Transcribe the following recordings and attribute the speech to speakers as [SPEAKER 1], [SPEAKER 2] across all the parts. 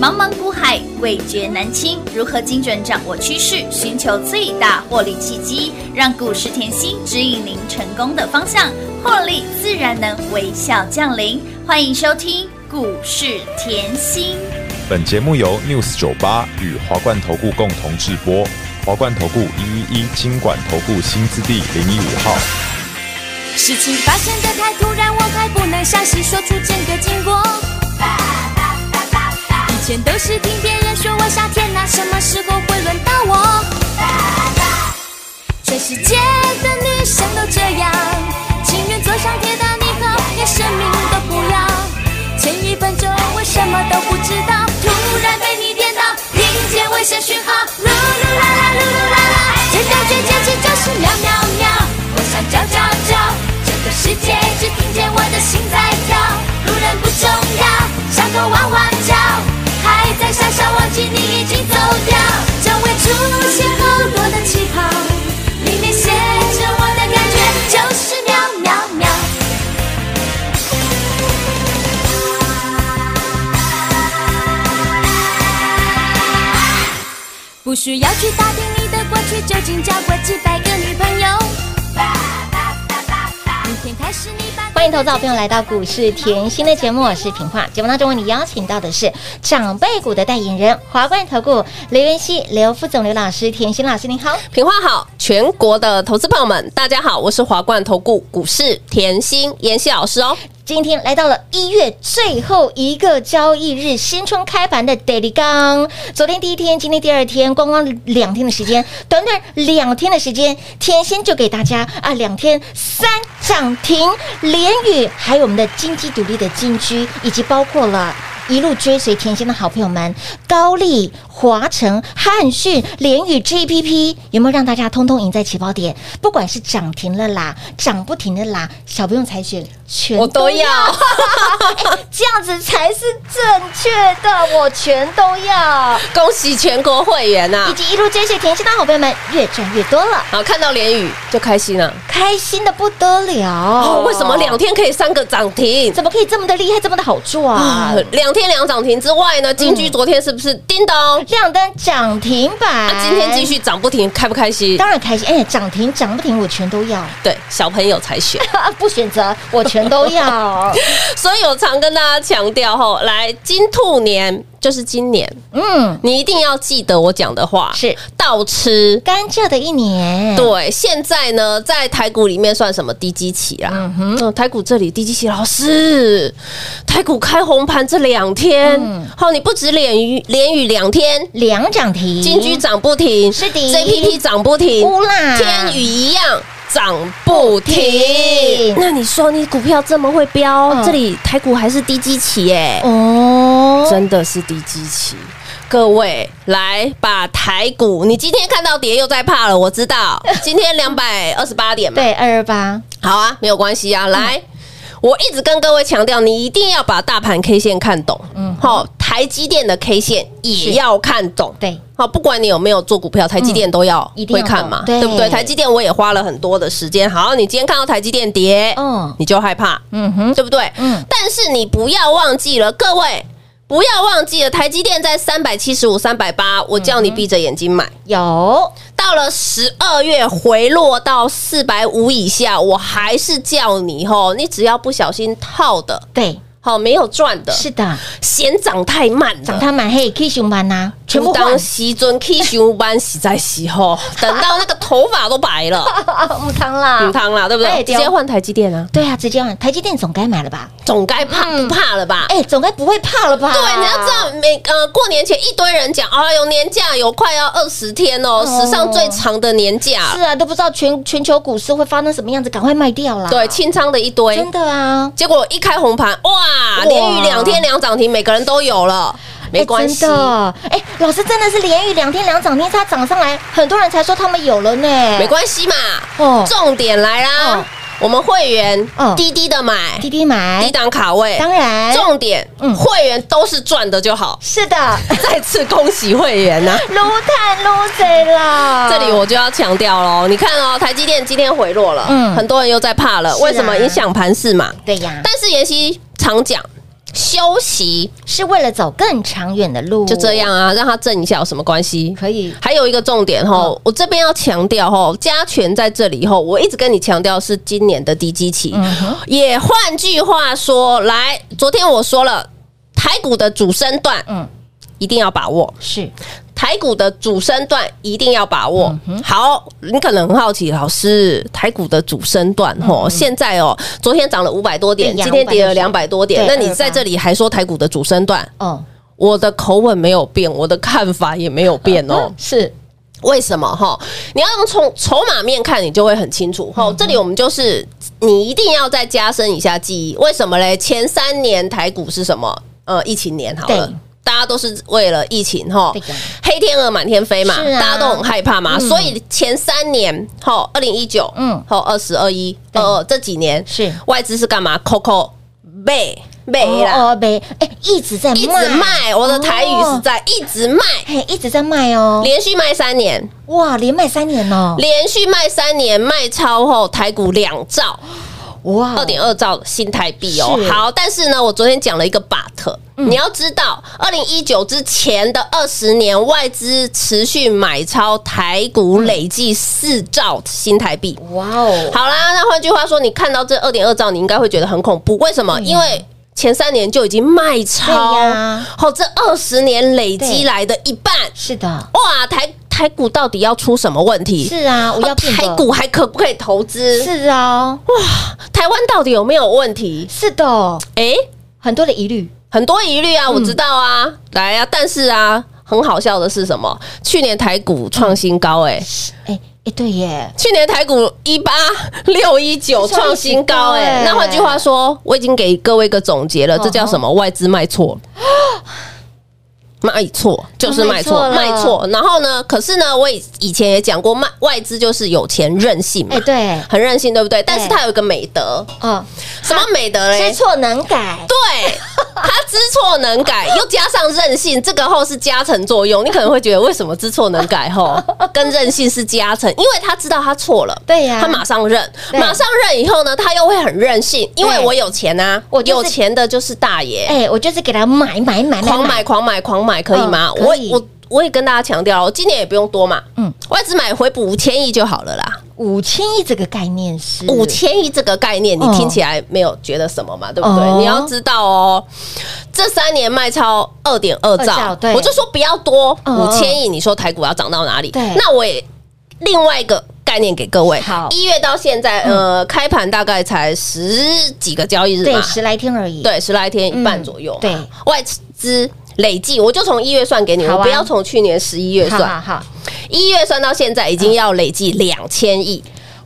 [SPEAKER 1] 茫茫股海，味觉难清。如何精准掌握趋势，寻求最大获利契机，让股市甜心指引您成功的方向，获利自然能微笑降临。欢迎收听股市甜心。
[SPEAKER 2] 本节目由 News 九八与华冠投顾共同制播，华冠投顾一一一金管投顾新字第零一五号。
[SPEAKER 3] 事情发生的太突然，我还不能详细说出整个经过。以前都是听别人说我傻天哪，什么时候会轮到我？全世界的女生都这样，情愿坐上铁达尼号，连生命都不要。前一分钟我什么都不知道，突然被你颠倒，听见危险讯号，噜噜啦啦噜噜啦啦，最高最佳期就是喵喵喵，我想叫叫叫，这个世界只听见我的心在跳，路人不重要，伤口哇哇叫，还在傻笑忘记你已经走掉，周围出现好多的气泡，里面写着我的感觉就是喵喵喵。不需要去打听你的过去，究竟交过几百个女朋友。明天开始，你把
[SPEAKER 4] 欢迎投资好朋友来到股市甜心的节目，我是平化。节目当中为你邀请到的是长辈股的代言人华冠投顾刘元熙、刘副总、刘老师、甜心老师，您好。
[SPEAKER 5] 平话好，全国的投资朋友们，大家好，我是华冠投顾股市甜心妍希老师哦。
[SPEAKER 4] 今天来到了一月最后一个交易日，新春开盘的 daily 刚，昨天第一天，今天第二天，光光两天的时间，短短两天的时间，甜心就给大家啊两天三涨停，连雨还有我们的金鸡独立的金居，以及包括了。一路追随甜心的好朋友们，高丽、华城、汉讯、联宇 GPP 有没有让大家通通赢在起跑点？不管是涨停了啦，涨不停的啦，小不用采选，全
[SPEAKER 5] 我都要
[SPEAKER 4] 哎这样子才是正确的，我全都要。
[SPEAKER 5] 恭喜全国会员呐、
[SPEAKER 4] 以及一路追随甜心的好朋友们，越赚越多了，
[SPEAKER 5] 好，看到连雨就开心了。
[SPEAKER 4] 开心的不得了
[SPEAKER 5] 哦，。为什么两天可以三个涨停？
[SPEAKER 4] 怎么可以这么的厉害，这么的嗯好赚？
[SPEAKER 5] 啊，两天两涨停之外呢，金居昨天是不是叮咚？
[SPEAKER 4] 亮灯涨停板，
[SPEAKER 5] 啊，今天继续涨不停，开不开心？
[SPEAKER 4] 当然开心，哎、涨停涨不停，我全都要，
[SPEAKER 5] 对，小朋友才选。
[SPEAKER 4] 不选择我全都要。
[SPEAKER 5] 所以我常跟大家强调吼，来金兔年就是今年，
[SPEAKER 4] 嗯，
[SPEAKER 5] 你一定要记得我讲的话，
[SPEAKER 4] 是
[SPEAKER 5] 倒吃。
[SPEAKER 4] 甘蔗的一年，
[SPEAKER 5] 对，现在呢，在台股里面算什么低基期啦？嗯哼，台股这里低基期，老师，台股开红盘这两天，好、你不止连雨连雨两天，
[SPEAKER 4] 两涨停，
[SPEAKER 5] 金居涨不停，
[SPEAKER 4] 是的哦
[SPEAKER 5] j p p 涨不停，
[SPEAKER 4] 乌啦
[SPEAKER 5] 天宇一样。涨不
[SPEAKER 4] 停
[SPEAKER 5] 停，那你说你股票这么会飙，
[SPEAKER 4] 嗯
[SPEAKER 5] 这里台股还是低基期耶、
[SPEAKER 4] 哦，
[SPEAKER 5] 真的是低基期。各位，来把台股，你今天看到跌又在怕了，我知 道。今天两百二十八点嘛，
[SPEAKER 4] 对二二八，
[SPEAKER 5] 好啊，没有关系啊。来，我一直跟各位强调，你一定要把大盘 K 线看懂，嗯，好，台积电的 K 线也要看懂，
[SPEAKER 4] 对，
[SPEAKER 5] 好，不管你有没有做股票，台积电都要
[SPEAKER 4] 一定
[SPEAKER 5] 会
[SPEAKER 4] 要
[SPEAKER 5] 看
[SPEAKER 4] 懂
[SPEAKER 5] 嘛，
[SPEAKER 4] 对
[SPEAKER 5] 对不对？台积电我也花了很多的时间。好，你今天看到台积电跌，
[SPEAKER 4] 嗯
[SPEAKER 5] 你就害怕，
[SPEAKER 4] 嗯哼，
[SPEAKER 5] 对不对？
[SPEAKER 4] 嗯
[SPEAKER 5] 但是你不要忘记了，各位不要忘记了，台积电在三百七十五、三百八，我叫你闭着眼睛买。
[SPEAKER 4] 有
[SPEAKER 5] 到了十二月回落到四百五以下，我还是叫你吼，你只要不小心套的，
[SPEAKER 4] 对，
[SPEAKER 5] 好没有赚的，
[SPEAKER 4] 是的，
[SPEAKER 5] 嫌涨太慢了，
[SPEAKER 4] 涨它满黑 K 熊班呐，全部换
[SPEAKER 5] 当西尊 K 熊班洗在洗后，等到那个头发都白了，
[SPEAKER 4] 木汤啦
[SPEAKER 5] 母，汤啦，对不
[SPEAKER 4] 哎
[SPEAKER 5] 对？
[SPEAKER 4] 对
[SPEAKER 5] 直接换台积电啊，
[SPEAKER 4] 对啊，直接换台积电总该买了吧？
[SPEAKER 5] 总该怕
[SPEAKER 4] 嗯
[SPEAKER 5] 不怕了吧？
[SPEAKER 4] 哎、总该不会怕了吧？
[SPEAKER 5] 对，你要知道每呃过年前一堆人讲，啊，有年假有快要二十天哦，
[SPEAKER 4] 哦
[SPEAKER 5] 史上最长的年假
[SPEAKER 4] 是，啊，都不知道全全球股市会发生什么样子，赶快卖掉啦。
[SPEAKER 5] 对，清仓的一堆
[SPEAKER 4] 啊真。的啊，
[SPEAKER 5] 结果一开红盘，哇，连雨两天两涨停，每个人都有了，没关系
[SPEAKER 4] 哎真。的，哎、老师真的是连续两天两涨停，它涨上来，很多人才说他们有了呢。
[SPEAKER 5] 没关系嘛，
[SPEAKER 4] 哦
[SPEAKER 5] 重点来
[SPEAKER 4] 哦
[SPEAKER 5] 啦！我们会员
[SPEAKER 4] 哦
[SPEAKER 5] 滴滴的买，
[SPEAKER 4] 滴滴
[SPEAKER 5] 低
[SPEAKER 4] 买，
[SPEAKER 5] 档卡位，
[SPEAKER 4] 当然
[SPEAKER 5] 重点，
[SPEAKER 4] 嗯。
[SPEAKER 5] 会员都是赚的就好
[SPEAKER 4] 是的，
[SPEAKER 5] 再次恭喜会员呐、啊
[SPEAKER 4] 撸碳撸谁啦？
[SPEAKER 5] 这里我就要强调喽，你看哦，台积电今天回落了，
[SPEAKER 4] 嗯
[SPEAKER 5] 很多人又在怕了，
[SPEAKER 4] 是啊嗯
[SPEAKER 5] 为什么影响盘势嘛？
[SPEAKER 4] 对呀，
[SPEAKER 5] 但是妍希常讲，休息，
[SPEAKER 4] 是为了走更长远的路，
[SPEAKER 5] 就这样啊，让它震一下有什么关系？
[SPEAKER 4] 哦可以。嗯
[SPEAKER 5] 还有一个重点哈，我这边要强调哈，加权在这里哈，我一直跟你强调是今年的低基期，
[SPEAKER 4] 嗯
[SPEAKER 5] 也换句话说，来，昨天我说了，台股的主升段，
[SPEAKER 4] 嗯
[SPEAKER 5] 嗯，一定要把握，
[SPEAKER 4] 是
[SPEAKER 5] 台股的主升段一定要把握。好，你可能很好奇，老师，台股的主升段吼，现在哦，昨天涨了五百多点，
[SPEAKER 4] 对呀
[SPEAKER 5] 今天跌了两百多点，
[SPEAKER 4] 对
[SPEAKER 5] 那你在这里还说台股的主升段？
[SPEAKER 4] 哦，
[SPEAKER 5] 我的口吻没有变，我的看法也没有变哦。
[SPEAKER 4] 是
[SPEAKER 5] 为什么哈？你要用从筹码面看，你就会很清楚。
[SPEAKER 4] 嗯
[SPEAKER 5] 哈，这里我们就是你一定要再加深一下记忆。为什么嘞？前三年台股是什么？呃，疫情年好了
[SPEAKER 4] 对。
[SPEAKER 5] 大家都是为了疫情哈
[SPEAKER 4] 对呀，
[SPEAKER 5] 黑天鹅满天飞嘛，
[SPEAKER 4] 是啊
[SPEAKER 5] 大家都很害怕嘛，
[SPEAKER 4] 嗯
[SPEAKER 5] 所以前三年哈，二零一九，
[SPEAKER 4] 嗯
[SPEAKER 5] 嗯，哈，二十二一、
[SPEAKER 4] 对
[SPEAKER 5] 二二这几年
[SPEAKER 4] 是
[SPEAKER 5] 外资是干嘛？Coco 背背啦，
[SPEAKER 4] 哦哦没哎，一直在卖，
[SPEAKER 5] 一直卖，我的台语是
[SPEAKER 4] 哦，
[SPEAKER 5] 在一直卖，
[SPEAKER 4] 嘿，一直在卖哦，
[SPEAKER 5] 连续卖三年，
[SPEAKER 4] 哇，连卖三年哦，
[SPEAKER 5] 连续卖三年，卖超后台股两兆，
[SPEAKER 4] 哇，
[SPEAKER 5] 二点二兆新台币哦
[SPEAKER 4] 哦是。嗯
[SPEAKER 5] 好，但是呢，我昨天讲了一个 but，、你要知道，二零一九之前的二十年外资持续买超台股，累计四兆新台币。
[SPEAKER 4] 哇哦，
[SPEAKER 5] 好啦，那换句话说，你看到这二点二兆，你应该会觉得很恐怖。为什么？因为前三年就已经卖超，
[SPEAKER 4] 嗯对呀
[SPEAKER 5] 好、这二十年累积来的一半，
[SPEAKER 4] 是的，
[SPEAKER 5] 哇，台台股到底要出什么问题？
[SPEAKER 4] 是啊，我要变
[SPEAKER 5] 哦台
[SPEAKER 4] 的
[SPEAKER 5] 股还可不可以投资？
[SPEAKER 4] 是啊，
[SPEAKER 5] 台湾到底有没有问题？
[SPEAKER 4] 是的，
[SPEAKER 5] 诶，
[SPEAKER 4] 很多的疑虑，
[SPEAKER 5] 很多疑虑啊，我知道啊，来啊，但是啊，很好笑的是什么？去年台股创新高、诶，
[SPEAKER 4] 哎哎，对耶，
[SPEAKER 5] 去年台股一八六一九
[SPEAKER 4] 创
[SPEAKER 5] 创新
[SPEAKER 4] 新
[SPEAKER 5] 高、
[SPEAKER 4] 高
[SPEAKER 5] 诶，
[SPEAKER 4] 诶
[SPEAKER 5] 那换句话说，我已经给各位一个总结了，这叫什么？外资卖错。卖错就是卖错，
[SPEAKER 4] 卖
[SPEAKER 5] 卖
[SPEAKER 4] 错了
[SPEAKER 5] 错。然后呢？可是呢，我以以前也讲过，卖外资就是有钱任性嘛
[SPEAKER 4] 哎，对，
[SPEAKER 5] 很任性，对不对？但是他有一个美德，
[SPEAKER 4] 哦，
[SPEAKER 5] 什么美德嘞？
[SPEAKER 4] 知错能改，
[SPEAKER 5] 对，他知错能改，又加上任性，这个后是加成作用。你可能会觉得为什么知错能 改后跟任性是加成？因为他知道他错了，
[SPEAKER 4] 对呀
[SPEAKER 5] 他马上认，
[SPEAKER 4] 对
[SPEAKER 5] 马上认以后呢，他又会很任性，因为
[SPEAKER 4] 对
[SPEAKER 5] 我有钱啊，
[SPEAKER 4] 哎我就是
[SPEAKER 5] 有钱的就是大爷，
[SPEAKER 4] 哎，我就是给他买买买
[SPEAKER 5] 狂，买狂买狂买，可以吗？
[SPEAKER 4] 嗯可以
[SPEAKER 5] 我我我也跟大家强调，我今年也不用多嘛，
[SPEAKER 4] 嗯
[SPEAKER 5] 嗯，外资买回补五千亿就好了啦。
[SPEAKER 4] 五千亿这个概念是
[SPEAKER 5] 嗯五，千亿这个概念，你
[SPEAKER 4] 哦
[SPEAKER 5] 听起来没有觉得什么嘛？对不对？
[SPEAKER 4] 哦
[SPEAKER 5] 你要知道哦，这三年卖超二点二
[SPEAKER 4] 2兆
[SPEAKER 5] 兆
[SPEAKER 4] 对，
[SPEAKER 5] 我就说不要多
[SPEAKER 4] 嗯
[SPEAKER 5] 五千亿。你说台股要涨到哪里
[SPEAKER 4] 对？
[SPEAKER 5] 那我也另外一个概念给各位。
[SPEAKER 4] 好嗯
[SPEAKER 5] 一月到现在，呃，开盘大概才十几个交易日
[SPEAKER 4] 对，
[SPEAKER 5] 嘛，
[SPEAKER 4] 十来天而已，，
[SPEAKER 5] 对，十来天一半左右嘛。
[SPEAKER 4] 对
[SPEAKER 5] 外资累计，我就从一月算给你，
[SPEAKER 4] 好啊
[SPEAKER 5] 我不要从去年十一月
[SPEAKER 4] 好好啊
[SPEAKER 5] 算，
[SPEAKER 4] 好，
[SPEAKER 5] 一月算到现在已经要累计两千亿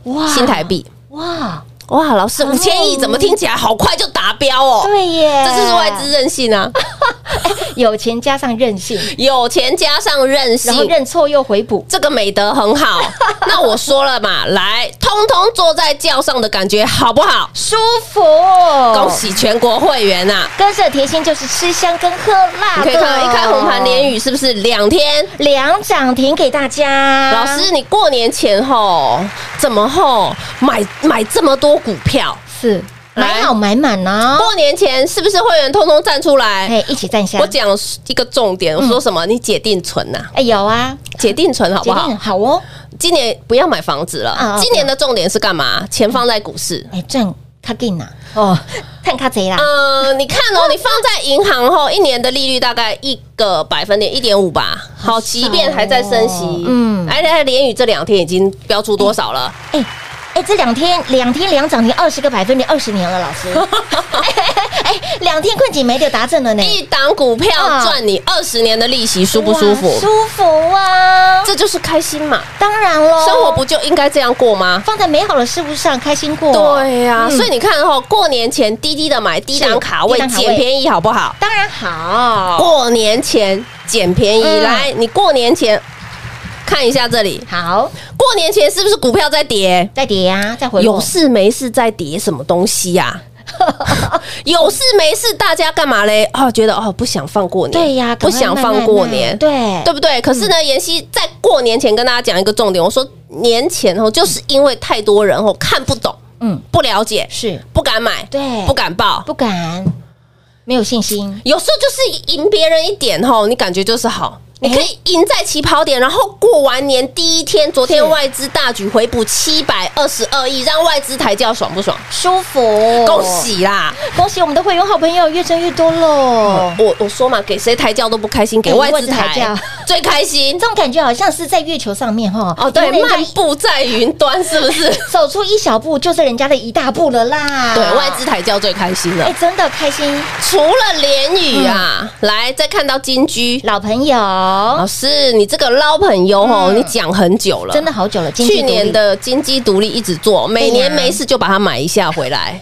[SPEAKER 4] 哇
[SPEAKER 5] 新台币。
[SPEAKER 4] 哇，
[SPEAKER 5] 哇，老师
[SPEAKER 4] 哦
[SPEAKER 5] 五千亿怎么听起来好快就达标哦？
[SPEAKER 4] 对耶，
[SPEAKER 5] 这就是外资任 性啊，
[SPEAKER 4] 有钱加上任性，
[SPEAKER 5] 有钱加上任
[SPEAKER 4] 然后
[SPEAKER 5] 性，
[SPEAKER 4] 认错又回补，
[SPEAKER 5] 这个美德 很好。那我说了嘛，来，通通坐在轿上的感觉好不好？
[SPEAKER 4] 舒服。哦
[SPEAKER 5] 恭喜全国会员呐、
[SPEAKER 4] 跟着甜心就是吃香跟喝辣的，
[SPEAKER 5] 你可以看到一开红盘连雨是不是两天？
[SPEAKER 4] 两涨停给大家。
[SPEAKER 5] 老师，你过年前吼怎么吼买买这么多股票？
[SPEAKER 4] 是买好买满哦，
[SPEAKER 5] 过年前是不是会员通通站出来？
[SPEAKER 4] 哎，一起站下
[SPEAKER 5] 我。讲一个重点，我说什
[SPEAKER 4] 嗯
[SPEAKER 5] 么？你解定存呐、
[SPEAKER 4] 哎，有啊，
[SPEAKER 5] 解定存好不
[SPEAKER 4] 决
[SPEAKER 5] 好
[SPEAKER 4] 定？好哦，
[SPEAKER 5] 今年不要买房子
[SPEAKER 4] 啊
[SPEAKER 5] 了
[SPEAKER 4] 啊，
[SPEAKER 5] 今年的重点是干嘛？钱放在股市。
[SPEAKER 4] 哎，赚卡给呐，哦，探卡贼啦，
[SPEAKER 5] 呃，你看 哦，你放在银行后，一年的利率大概一个百分点，一点五吧。好，即便还在升息，
[SPEAKER 4] 哦嗯
[SPEAKER 5] 嗯，哎，哎连雨这两天已经标出多少了？
[SPEAKER 4] 哎。哎，这两天两天两涨停二十个百分点，二十年了，老 师。哎，两天困境没得达阵了呢，
[SPEAKER 5] 一档股票
[SPEAKER 4] 嗯啊
[SPEAKER 5] 赚你二十年的利息，舒不舒服
[SPEAKER 4] 哇？舒服啊，
[SPEAKER 5] 这就是开心嘛，
[SPEAKER 4] 当然喽，
[SPEAKER 5] 生活不就应该这样过吗？
[SPEAKER 4] 放在美好的事物上，开心过。，嗯
[SPEAKER 5] 对呀、所以你看哦，过年前低低的买，低档卡位
[SPEAKER 4] 啊低档卡位
[SPEAKER 5] 捡便宜，好不好？
[SPEAKER 4] 当然好，
[SPEAKER 5] 过年前捡便宜，
[SPEAKER 4] 哦嗯
[SPEAKER 5] 来，你过年前看一下这里，
[SPEAKER 4] 好，
[SPEAKER 5] 过年前是不是股票在跌？
[SPEAKER 4] 再叠啊，再回
[SPEAKER 5] 有
[SPEAKER 4] 购。
[SPEAKER 5] 事没事在跌什么东 西呀、有事没事大家干嘛嘞？哦，觉得哦不想放过年，
[SPEAKER 4] 对呀，
[SPEAKER 5] 不想放过年，
[SPEAKER 4] 赶快慢慢嗯来对嗯
[SPEAKER 5] 对不对？可是呢，妍希在过年前跟大家讲一个重点，我说年前哦，就是因为太多人哦看不懂，
[SPEAKER 4] 嗯
[SPEAKER 5] 嗯，不了解，
[SPEAKER 4] 是
[SPEAKER 5] 不敢买，
[SPEAKER 4] 对
[SPEAKER 5] 不敢报，
[SPEAKER 4] 不敢没有信心，
[SPEAKER 5] 有时候就是赢别人一点吼，你感觉就是好。你可以赢在起跑点，然后过完年第一天，昨天外资大举回补七百二十二亿，让外资抬轿，爽不爽？
[SPEAKER 4] 舒服。
[SPEAKER 5] 恭喜啦！
[SPEAKER 4] 恭喜我们的会员好朋友越挣越多喽！
[SPEAKER 5] 我我说嘛，给谁抬轿都不开心，给
[SPEAKER 4] 给
[SPEAKER 5] 外
[SPEAKER 4] 外
[SPEAKER 5] 资
[SPEAKER 4] 资抬
[SPEAKER 5] 抬
[SPEAKER 4] 轿
[SPEAKER 5] 最开心
[SPEAKER 4] 这。种感觉好像是在月球上面哈，
[SPEAKER 5] 哦，对
[SPEAKER 4] 因为，人家
[SPEAKER 5] 漫步在云端是不 是？
[SPEAKER 4] 走出一小步就是人家的一大步了啦。
[SPEAKER 5] 对，外资抬轿最开心
[SPEAKER 4] 哎
[SPEAKER 5] 了。
[SPEAKER 4] 真的开心，
[SPEAKER 5] 除了联宇啊，来再看到金居
[SPEAKER 4] 老朋友
[SPEAKER 5] 老师，你这个捞朋友哦，
[SPEAKER 4] 嗯
[SPEAKER 5] 你讲很久了，
[SPEAKER 4] 真的好久了，经济
[SPEAKER 5] 去年的金鸡独立一直做，每年没事就把它买一下回来。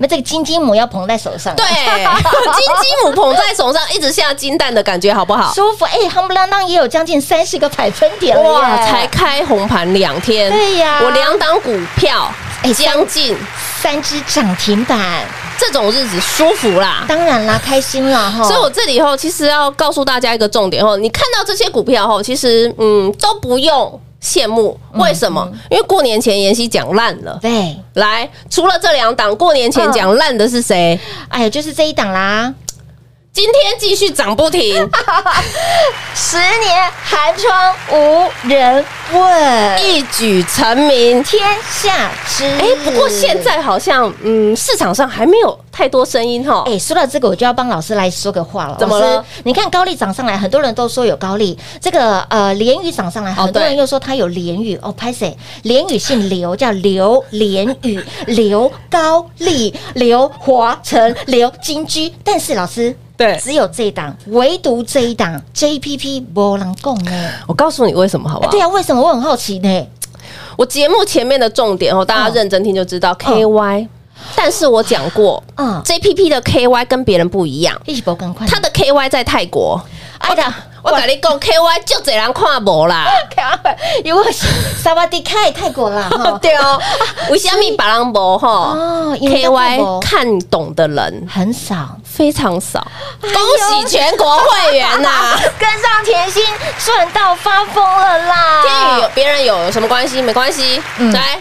[SPEAKER 4] 那这个金鸡母要捧在手上， 啊
[SPEAKER 5] 对，金鸡母捧在手上，一直下金蛋的感觉好不好？
[SPEAKER 4] 舒服哎，夯不啷当也有将近三十个百分点了耶
[SPEAKER 5] 哇，才开红盘两天，
[SPEAKER 4] 对呀
[SPEAKER 5] 我两档股票
[SPEAKER 4] 哎
[SPEAKER 5] 将近
[SPEAKER 4] 三只涨停板，
[SPEAKER 5] 这种日子舒服啦。
[SPEAKER 4] 当然啦，开心了哈。
[SPEAKER 5] 啊所以，我这里后其实要告诉大家一个重点哦，你看到这些股票后，其实嗯都不用羡慕，为什么？因为过年前妍希讲烂了。
[SPEAKER 4] 对，
[SPEAKER 5] 来，除了这两档，过年前讲烂的是谁？
[SPEAKER 4] 哎呀，就是这一档 啦，
[SPEAKER 5] 今天继续涨 不停，
[SPEAKER 4] 十年寒窗无人问，
[SPEAKER 5] 一举成名。
[SPEAKER 4] 天下之。
[SPEAKER 5] 哎，不过现。在好像，嗯，市场上还没有太多声音哈。
[SPEAKER 4] 哎，说到这个，我就要帮老师来说个话了。
[SPEAKER 5] 怎么了
[SPEAKER 4] 老师？你看高丽涨上来，很多人都说有高丽。这个呃，连雨涨上来，很多人
[SPEAKER 5] 哦对
[SPEAKER 4] 又说它有连雨。哦，拍谁？连雨姓刘，叫刘连雨、 刘高丽、刘华成、刘金居。但是老师，
[SPEAKER 5] 对
[SPEAKER 4] 只有这一档，唯独这一档 JPP 波浪共呢？
[SPEAKER 5] 哎我告诉你为什么好不好？
[SPEAKER 4] 对啊，为什么我很好奇呢？
[SPEAKER 5] 我节目前面的重点哦，大家
[SPEAKER 4] 嗯
[SPEAKER 5] 认真听就知道 KY，但是我讲过
[SPEAKER 4] 嗯
[SPEAKER 5] ，JPP 的 KY 跟别人不一样，
[SPEAKER 4] 一起波更快，
[SPEAKER 5] 它的 KY 在泰国。
[SPEAKER 4] 哎呀，
[SPEAKER 5] 我跟你讲，KY 就这人看无啦，
[SPEAKER 4] 因为萨瓦迪卡也泰国啦，哈
[SPEAKER 5] 对哦，为什么别人无吼
[SPEAKER 4] 嗯哦因为泰
[SPEAKER 5] ？KY
[SPEAKER 4] 国
[SPEAKER 5] 看懂的人
[SPEAKER 4] 很少。
[SPEAKER 5] 非常少，
[SPEAKER 4] 哎
[SPEAKER 5] 恭喜全国会员呐、
[SPEAKER 4] 跟上甜心赚到发疯了
[SPEAKER 5] 天宇有
[SPEAKER 4] 啦！
[SPEAKER 5] 别人有有什么关系？没关系，
[SPEAKER 4] 嗯
[SPEAKER 5] 来。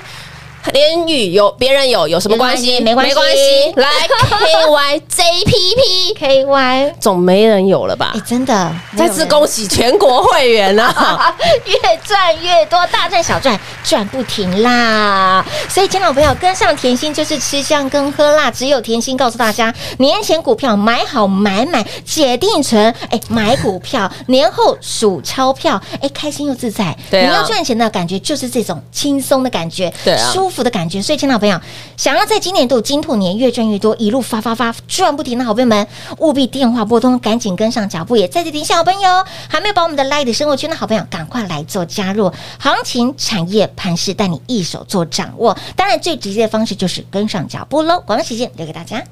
[SPEAKER 5] 连宇有别人有有什么关系？
[SPEAKER 4] 没关系没关系
[SPEAKER 5] 来 K Y J P P，
[SPEAKER 4] KY，哎、
[SPEAKER 5] 总没人有了吧？哎
[SPEAKER 4] 真的，
[SPEAKER 5] 再次恭喜全国会员啊！
[SPEAKER 4] 越赚越多，大赚小赚，赚不停啦！所以，亲老朋友，跟上甜心就是吃香跟喝辣，只有甜心告诉大家，年前股票买好买满，解定存，哎，买股票，年后数钞票，哎，开心又自在。
[SPEAKER 5] 对啊
[SPEAKER 4] 你要赚钱的感觉就是这种轻松的感觉，
[SPEAKER 5] 对啊
[SPEAKER 4] 舒服的感觉。所以，亲老朋友，想要在今年度金兔年越赚越多，一路发发发赚不停的好朋友们，务必电话拨通，赶紧跟上脚步。也再次提醒好朋友，还没有把我们的 l i g h 生活圈的好朋友，赶快来做加入。行情、产业、盘势，带你一手做掌握。当然，最直接的方式就是跟上脚步喽。广告时间留给大家。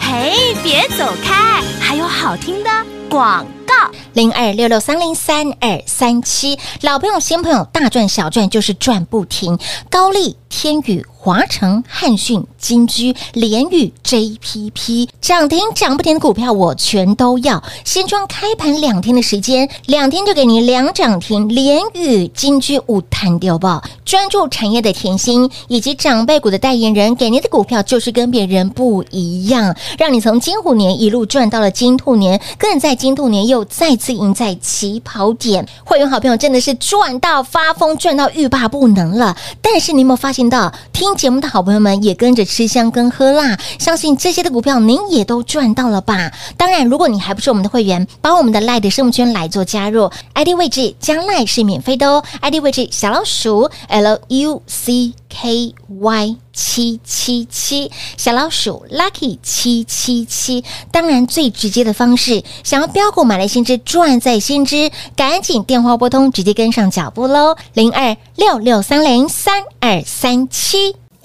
[SPEAKER 1] 嘿，别走开，还有好听的广告。
[SPEAKER 4] 零二六六三零三二三七。老朋友、新朋友，大赚小赚就是赚不停。高丽、天宇、华城、汉讯、金居、联宇、JPP 涨停涨不停的股票，我全都要。先装开盘两天的时间，两天就给你两涨停，联宇、金居五弹掉爆。专注产业的甜心以及长辈股的代言人，给您的股票就是跟别人不一样，让你从金虎年一路赚到了金兔年，更在金兔年又再次赢在起跑点。会员好朋友真的是赚到发疯，赚到欲罢不能了。但是你有没有发现到，听节目的好朋友们也跟着吃香跟喝辣，相信这些的股票您也都赚到了吧？当然，如果你还不是我们的会员，把我们的 Light 生物圈来做加入，ID 位置加 Light 是免费的哦，ID 位置小老鼠 L U C K Y。七七七小老鼠 Lucky 七七七，当然最直接的方式，想要标股买来先知赚在先知，赶紧电话拨通，直接跟上脚步喽，零二六六三零三二三七。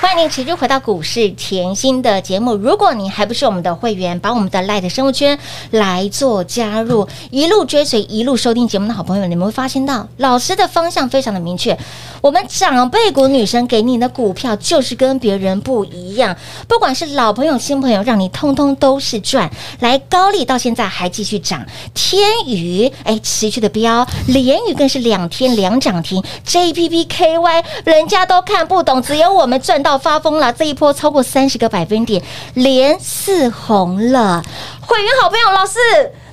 [SPEAKER 4] 欢迎您持续回到股市甜心的节目。如果你还不是我们的会员，把我们的 Light 生物圈来做加入，一路追随，一路收听节目的好朋友，你们会发现到老师的方向非常的明确。我们长辈股女生给你的股票就是跟别人不一样，不管是老朋友、新朋友，让你通通都是赚。来高丽到现在还继续涨，天宇哎持续的飙，联宇更是两天两涨停，JPP KY 人家都看不懂，只有我们赚到发疯了。这一波超过三十个百分点，连四红了。会员好朋友，老师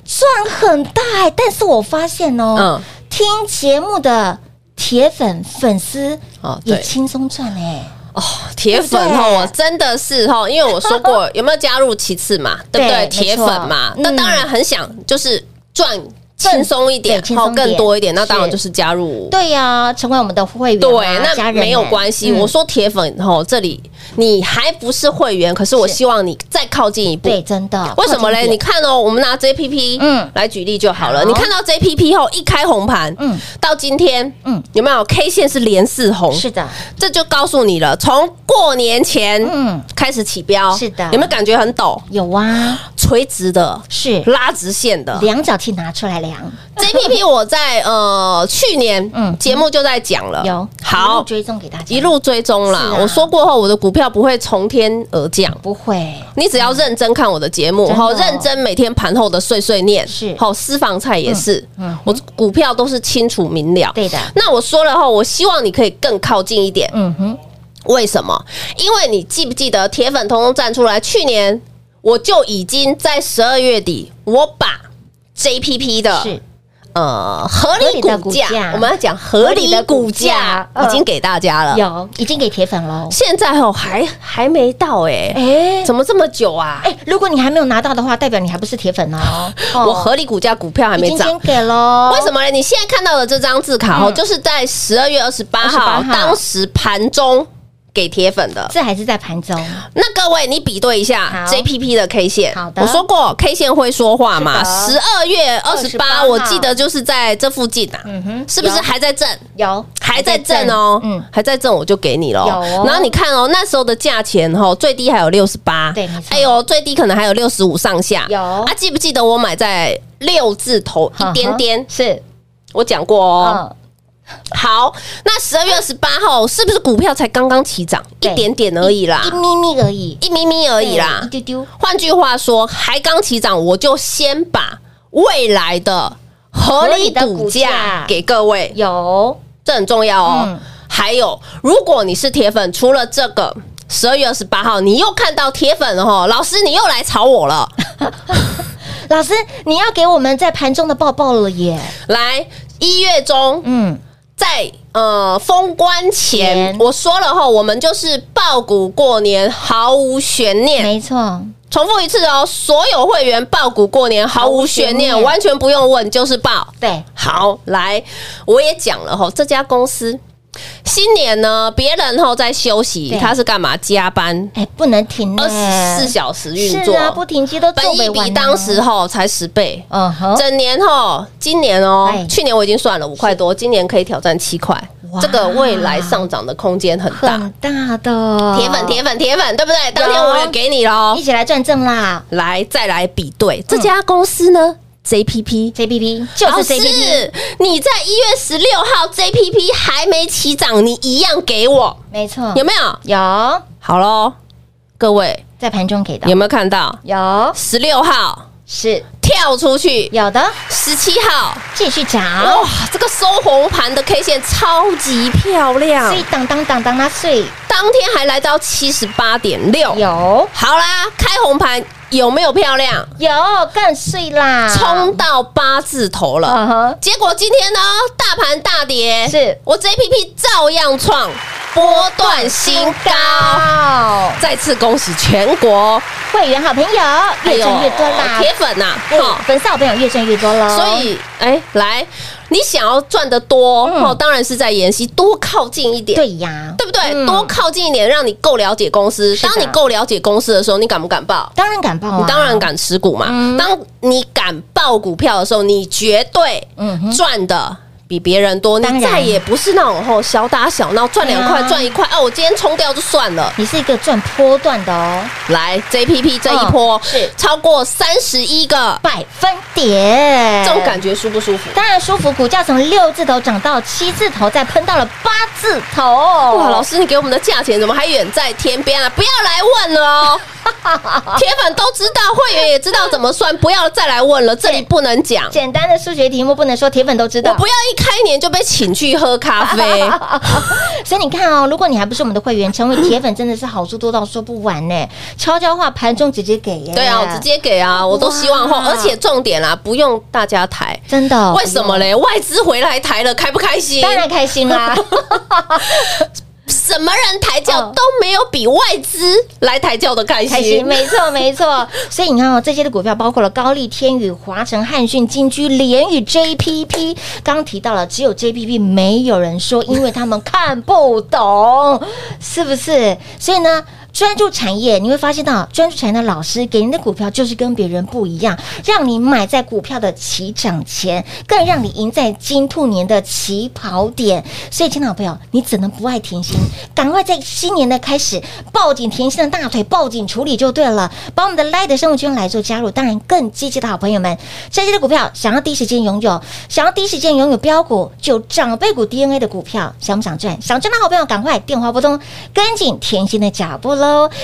[SPEAKER 4] 赚很大哎、但是我发现哦，
[SPEAKER 5] 嗯
[SPEAKER 4] 听节目的铁粉粉丝
[SPEAKER 5] 哦对
[SPEAKER 4] 也轻松赚哎，
[SPEAKER 5] 哦，铁粉
[SPEAKER 4] 对不
[SPEAKER 5] 哈，
[SPEAKER 4] 对
[SPEAKER 5] 我真的是哈，因为我说过有没有加入其 次嘛，对不
[SPEAKER 4] 对
[SPEAKER 5] 对？铁粉嘛，
[SPEAKER 4] 没错
[SPEAKER 5] 那
[SPEAKER 4] 嗯
[SPEAKER 5] 当然很想就是赚轻松一点
[SPEAKER 4] 对，轻
[SPEAKER 5] 哈，
[SPEAKER 4] 松一点
[SPEAKER 5] 更多一点，那当然
[SPEAKER 4] 是
[SPEAKER 5] 就是加入。
[SPEAKER 4] 对呀、成为我们的会员啊、
[SPEAKER 5] 对，
[SPEAKER 4] 家
[SPEAKER 5] 那
[SPEAKER 4] 人
[SPEAKER 5] 没有
[SPEAKER 4] 哎
[SPEAKER 5] 关系。
[SPEAKER 4] 嗯
[SPEAKER 5] 我说铁粉吼，这里你还不是会员，可是我
[SPEAKER 4] 是
[SPEAKER 5] 希望你再靠近一步。
[SPEAKER 4] 对，真的，
[SPEAKER 5] 为什么嘞？
[SPEAKER 4] 靠近一
[SPEAKER 5] 你
[SPEAKER 4] 点
[SPEAKER 5] 看哦，我们拿 JPP
[SPEAKER 4] 嗯
[SPEAKER 5] 嗯来举例就好
[SPEAKER 4] 好
[SPEAKER 5] 了。你看到 JPP 后一开红盘，
[SPEAKER 4] 嗯
[SPEAKER 5] 嗯，到今天，
[SPEAKER 4] 嗯
[SPEAKER 5] 嗯，有没有 K 线是连四红？
[SPEAKER 4] 是的，
[SPEAKER 5] 这就告诉你了，从过年前
[SPEAKER 4] 嗯
[SPEAKER 5] 嗯开始起标，
[SPEAKER 4] 是的
[SPEAKER 5] 有没有感觉很陡？
[SPEAKER 4] 有啊，
[SPEAKER 5] 垂直的，
[SPEAKER 4] 是
[SPEAKER 5] 拉直线的。
[SPEAKER 4] 量角器拿出来量，
[SPEAKER 5] JPP 我在呃去年
[SPEAKER 4] 嗯
[SPEAKER 5] 节目就在讲了，
[SPEAKER 4] 有一路
[SPEAKER 5] 呃好
[SPEAKER 4] 追踪给大家，
[SPEAKER 5] 一路追踪
[SPEAKER 4] 是
[SPEAKER 5] 啦
[SPEAKER 4] 啊。
[SPEAKER 5] 我说过后，我的股票不会从天而降。
[SPEAKER 4] 不会
[SPEAKER 5] 你只要认真看我的节目，
[SPEAKER 4] 真的
[SPEAKER 5] 好、
[SPEAKER 4] 哦
[SPEAKER 5] 认真每天盘后的碎碎念，
[SPEAKER 4] 是
[SPEAKER 5] 好、私房菜也是，
[SPEAKER 4] 嗯嗯
[SPEAKER 5] 我股票都是清楚明了。
[SPEAKER 4] 对的
[SPEAKER 5] 那我说了后，我希望你可以更靠近一点。
[SPEAKER 4] 嗯哼，
[SPEAKER 5] 为什么？因为你记不记得铁粉通通站出来？去年我就已经在十二月底，我把 JPP 的
[SPEAKER 4] 是
[SPEAKER 5] 呃合理
[SPEAKER 4] 合理的股
[SPEAKER 5] 股价，
[SPEAKER 4] 价
[SPEAKER 5] 我们要讲合理的股价
[SPEAKER 4] 合理的股价嗯
[SPEAKER 5] 已经给大家了。
[SPEAKER 4] 有已经给铁粉喽，
[SPEAKER 5] 现在哦，还还没到哎、
[SPEAKER 4] 哎
[SPEAKER 5] 怎么这么久啊？
[SPEAKER 4] 哎，如果你还没有拿到的话，代表你还不是铁粉哦，哦
[SPEAKER 5] 我合理股价股票还
[SPEAKER 4] 已
[SPEAKER 5] 没
[SPEAKER 4] 经
[SPEAKER 5] 涨
[SPEAKER 4] 先。给喽，
[SPEAKER 5] 为什？么呢？你现在看到的这张字卡哦，
[SPEAKER 4] 嗯
[SPEAKER 5] 就是在十二月二十八号
[SPEAKER 4] 28号
[SPEAKER 5] 当时盘中给铁粉的。
[SPEAKER 4] 这还是在盘中，
[SPEAKER 5] 那各位，你比对一下
[SPEAKER 4] 好
[SPEAKER 5] JPP 的 K 线。
[SPEAKER 4] 好的
[SPEAKER 5] 我说过 K 线会说话嘛。
[SPEAKER 4] 是
[SPEAKER 5] 十二月二十
[SPEAKER 4] 28
[SPEAKER 5] 八，
[SPEAKER 4] 号
[SPEAKER 5] 我记得就是在这附近啊，
[SPEAKER 4] 嗯哼
[SPEAKER 5] 是不是
[SPEAKER 4] 有
[SPEAKER 5] 还在震？
[SPEAKER 4] 有
[SPEAKER 5] 还在震哦，
[SPEAKER 4] 嗯
[SPEAKER 5] 嗯，，还在震，我就给你喽。
[SPEAKER 4] 有哦
[SPEAKER 5] 然后你看哦，那时候的价钱哦，最低还有六十八，
[SPEAKER 4] 对没错
[SPEAKER 5] 哎呦，最低可能还有六十五上下。
[SPEAKER 4] 有
[SPEAKER 5] 啊，记不记得我买在六字头
[SPEAKER 4] 嗯
[SPEAKER 5] 一点点？
[SPEAKER 4] 是，
[SPEAKER 5] 我讲过哦。
[SPEAKER 4] 嗯，
[SPEAKER 5] 好，那十二月二十八号是不是股票才刚刚起涨一
[SPEAKER 4] 对
[SPEAKER 5] 点点而已啦
[SPEAKER 4] 一，咪咪而已，
[SPEAKER 5] 啊一咪咪而已
[SPEAKER 4] 对
[SPEAKER 5] 啦
[SPEAKER 4] 一。丢丢，
[SPEAKER 5] 换句话说，还刚起涨，我就先把未来的合理
[SPEAKER 4] 合理的股
[SPEAKER 5] 股价
[SPEAKER 4] 价
[SPEAKER 5] 给各位。
[SPEAKER 4] 有
[SPEAKER 5] 这很重要哦。
[SPEAKER 4] 嗯
[SPEAKER 5] 还有，如果你是铁粉，除了这个。十二月二十八号，你又看到铁粉了哦，老师你又来吵我了。
[SPEAKER 4] 老师你要给我们在盘中的抱抱了耶，
[SPEAKER 5] 来，一月中
[SPEAKER 4] 嗯，
[SPEAKER 5] 在呃封关前
[SPEAKER 4] 前，
[SPEAKER 5] 我说了哈，我们就是爆股过年，毫无悬念。
[SPEAKER 4] 没错，
[SPEAKER 5] 重复一次哦，所有会员爆股过年毫
[SPEAKER 4] 毫无
[SPEAKER 5] 无
[SPEAKER 4] 悬
[SPEAKER 5] 悬念，
[SPEAKER 4] 念
[SPEAKER 5] 完全不用问，就是爆。
[SPEAKER 4] 对，
[SPEAKER 5] 好，来，我也讲了吼，这家公司新年呢，别人吼在休息
[SPEAKER 4] 对，
[SPEAKER 5] 他是干嘛？加班
[SPEAKER 4] 哎，不能停呢，
[SPEAKER 5] 二十四小时运
[SPEAKER 4] 是
[SPEAKER 5] 作，
[SPEAKER 4] 啊，不停机都做
[SPEAKER 5] 本
[SPEAKER 4] 不
[SPEAKER 5] 益
[SPEAKER 4] 完啊
[SPEAKER 5] 比当时，吼才十倍。
[SPEAKER 4] 嗯哼，
[SPEAKER 5] 整年吼，今年哦
[SPEAKER 4] 哎，
[SPEAKER 5] 去年我已经算了五块多，今年可以挑战七块
[SPEAKER 4] 哇，
[SPEAKER 5] 这个未来上涨的空间很大
[SPEAKER 4] 很。大的
[SPEAKER 5] 铁粉，铁粉，铁粉，对不对？当天我也给你喽
[SPEAKER 4] 一。起来转正啦
[SPEAKER 5] 来，再来比
[SPEAKER 4] 嗯
[SPEAKER 5] 对这家公司呢，JPP
[SPEAKER 4] ！JPP 哦就是 JPP，
[SPEAKER 5] 老师你在一月十六号 JPP 还没起涨，你一样给我，
[SPEAKER 4] 没错，
[SPEAKER 5] 有没有？
[SPEAKER 4] 嗯有
[SPEAKER 5] 好喽，各位
[SPEAKER 4] 在盘中给的
[SPEAKER 5] 有，没有看到？
[SPEAKER 4] 有
[SPEAKER 5] 十六号
[SPEAKER 4] 是
[SPEAKER 5] 跳出去，
[SPEAKER 4] 有的，
[SPEAKER 5] 十七号，
[SPEAKER 4] 继续涨，
[SPEAKER 5] 哇，这个收红盘的 K 线超级漂亮
[SPEAKER 4] 所以，当当当当啦碎
[SPEAKER 5] 当天还来到七十八点六。
[SPEAKER 4] 有
[SPEAKER 5] 好啦，开红盘有没有漂亮？
[SPEAKER 4] 有更碎啦，
[SPEAKER 5] 冲到八字头了。
[SPEAKER 4] 嗯哼，
[SPEAKER 5] 结果今天呢，大盘大跌，
[SPEAKER 4] 是
[SPEAKER 5] 我 JPP 照样创波段新高。
[SPEAKER 4] 高，
[SPEAKER 5] 再次恭喜全国，
[SPEAKER 4] 会员好朋友
[SPEAKER 5] 哎
[SPEAKER 4] 越
[SPEAKER 5] 呦
[SPEAKER 4] 赚越哦多啦，
[SPEAKER 5] 铁粉呐、
[SPEAKER 4] 哎
[SPEAKER 5] 哈、
[SPEAKER 4] 粉丝好朋友越赚越多喽，
[SPEAKER 5] 所以，哎，来，你想要赚得多，
[SPEAKER 4] 嗯
[SPEAKER 5] 哦，当然是在妍希多靠近一点，
[SPEAKER 4] 对呀，
[SPEAKER 5] 对不对、
[SPEAKER 4] 嗯
[SPEAKER 5] 多靠近一点，让你够了解公司。
[SPEAKER 4] 是的
[SPEAKER 5] 当你够了解公司的时候，你敢不敢报？
[SPEAKER 4] 当然敢报啊，
[SPEAKER 5] 你当然敢持股嘛。
[SPEAKER 4] 嗯
[SPEAKER 5] 当你敢报股票的时候，你绝对
[SPEAKER 4] 嗯哼
[SPEAKER 5] 赚的比别人多，
[SPEAKER 4] 当
[SPEAKER 5] 你
[SPEAKER 4] 然
[SPEAKER 5] 再也不是那种吼小打小闹，赚两块
[SPEAKER 4] 对啊
[SPEAKER 5] 赚一块，哦，我今天冲掉就算了。
[SPEAKER 4] 你是一个赚波段的哦，
[SPEAKER 5] 来 JPP 这一波、
[SPEAKER 4] 嗯是哎
[SPEAKER 5] 超过三十一个，
[SPEAKER 4] 百分点，
[SPEAKER 5] 这种感觉舒不舒服？
[SPEAKER 4] 当然舒服，股价从六字头涨到七字头，再喷到了八字头。
[SPEAKER 5] 哇，
[SPEAKER 4] 哇
[SPEAKER 5] 老师，你给我们的价钱怎么还远在天边啊？不要来问了 哦，铁粉都知道，会员也知道怎么算，不要再来问了，这里不能讲。
[SPEAKER 4] 简单的数学题目不能说铁粉都知
[SPEAKER 5] 我
[SPEAKER 4] 道
[SPEAKER 5] 不，要一开年就被请去喝咖 啡，
[SPEAKER 4] 所以你看哦，如果你还不是我们的会员，成为铁粉真的是好处多到说不完呢。悄悄话盘中直接给耶，
[SPEAKER 5] 对啊，我直接给啊，我都希望后，
[SPEAKER 4] 哎哇
[SPEAKER 5] 而且重点啦、不用大家抬，
[SPEAKER 4] 真的哦，
[SPEAKER 5] 为什么嘞？外资回来抬了，开不开心？
[SPEAKER 4] 当然开心啦，
[SPEAKER 5] 什么人抬轿
[SPEAKER 4] 嗯
[SPEAKER 5] 都没有比外资来抬轿的开
[SPEAKER 4] 开心，
[SPEAKER 5] 心。
[SPEAKER 4] 没错没错。所以你看哦，这些的股票包括了高丽、天宇、华晨、汉讯、金居、联宇、JPP。刚刚提到了，只有 JPP 没有人说，因为他们看不懂，是不是？所以呢？专注产业，你会发现到专注产业的老师给您的股票就是跟别人不一样，让你买在股票的起涨前，更让你赢在金兔年的起跑点。所以，亲爱的朋友，你怎能不爱甜心？赶快在新年的开始抱紧甜心的大腿，抱紧处理就对了。把我们的 Light 的生物圈来做加入，当然更积极的好朋友们，这些的股票想要第一时间拥有，想要第一时间拥有标股，就有长辈股 DNA 的股票，想不想赚？想赚的好朋友，赶快电话拨通，跟紧甜心的脚步喽！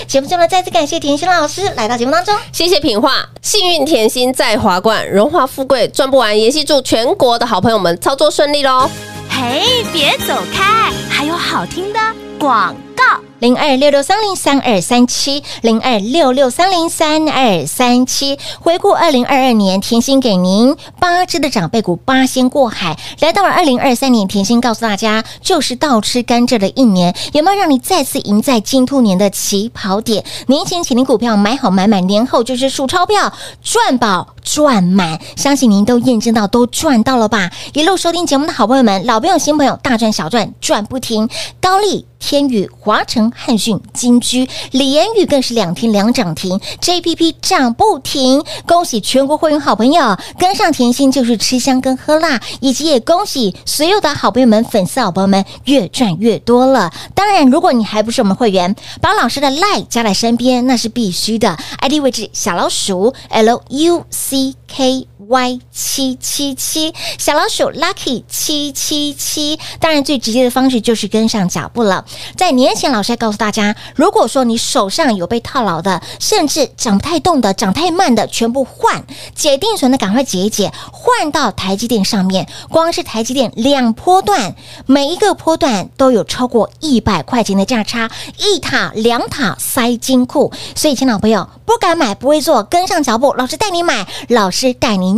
[SPEAKER 4] 节目中呢，再次感谢甜心老师来到节目当中。
[SPEAKER 5] 谢谢品画，幸运甜心在华冠，荣华富贵赚不完。妍希祝全国的好朋友们操作顺利喽！
[SPEAKER 1] 嘿，别走开，还有好听的广告。
[SPEAKER 4] 零二六六三零三二三七，零二六六三零三二三七。回顾二零二二年，甜心给您八只的长辈股八仙过海，来到了二零二三年，甜心告诉大家，就是倒吃甘蔗的一年，有没有让你再次赢在金兔年的起跑点？年前请您股票买好买满，年后就是数钞票赚饱赚满，相信您都验证到都赚到了吧？一路收听节目的好朋友们，老朋友、新朋友，大赚小赚赚不停，高丽。天宇、华城、汉讯、金居、联宇更是两天两涨停，JPP 涨不停。恭喜全国会员好朋友跟上甜心就是吃香跟喝辣，以及也恭喜所有的好朋友们、粉丝好朋友们越赚越多了。当然，如果你还不是我们会员，把老师的 line 加在身边那是必须的，ID 位置小老鼠 L U C K。Y 七七七小老鼠 Lucky 七七七，当然最直接的方式就是跟上脚步了。在年前，老师还告诉大家，如果说你手上有被套牢的，甚至涨不太动的、涨太慢的，全部换解定存的，赶快解一解，换到台积电上面。光是台积电两波段，每一个波段都有超过一百块钱的价差，一塔两塔塞金库。所以，亲老朋友，不敢买不会做，跟上脚步，老师带你买，老师带您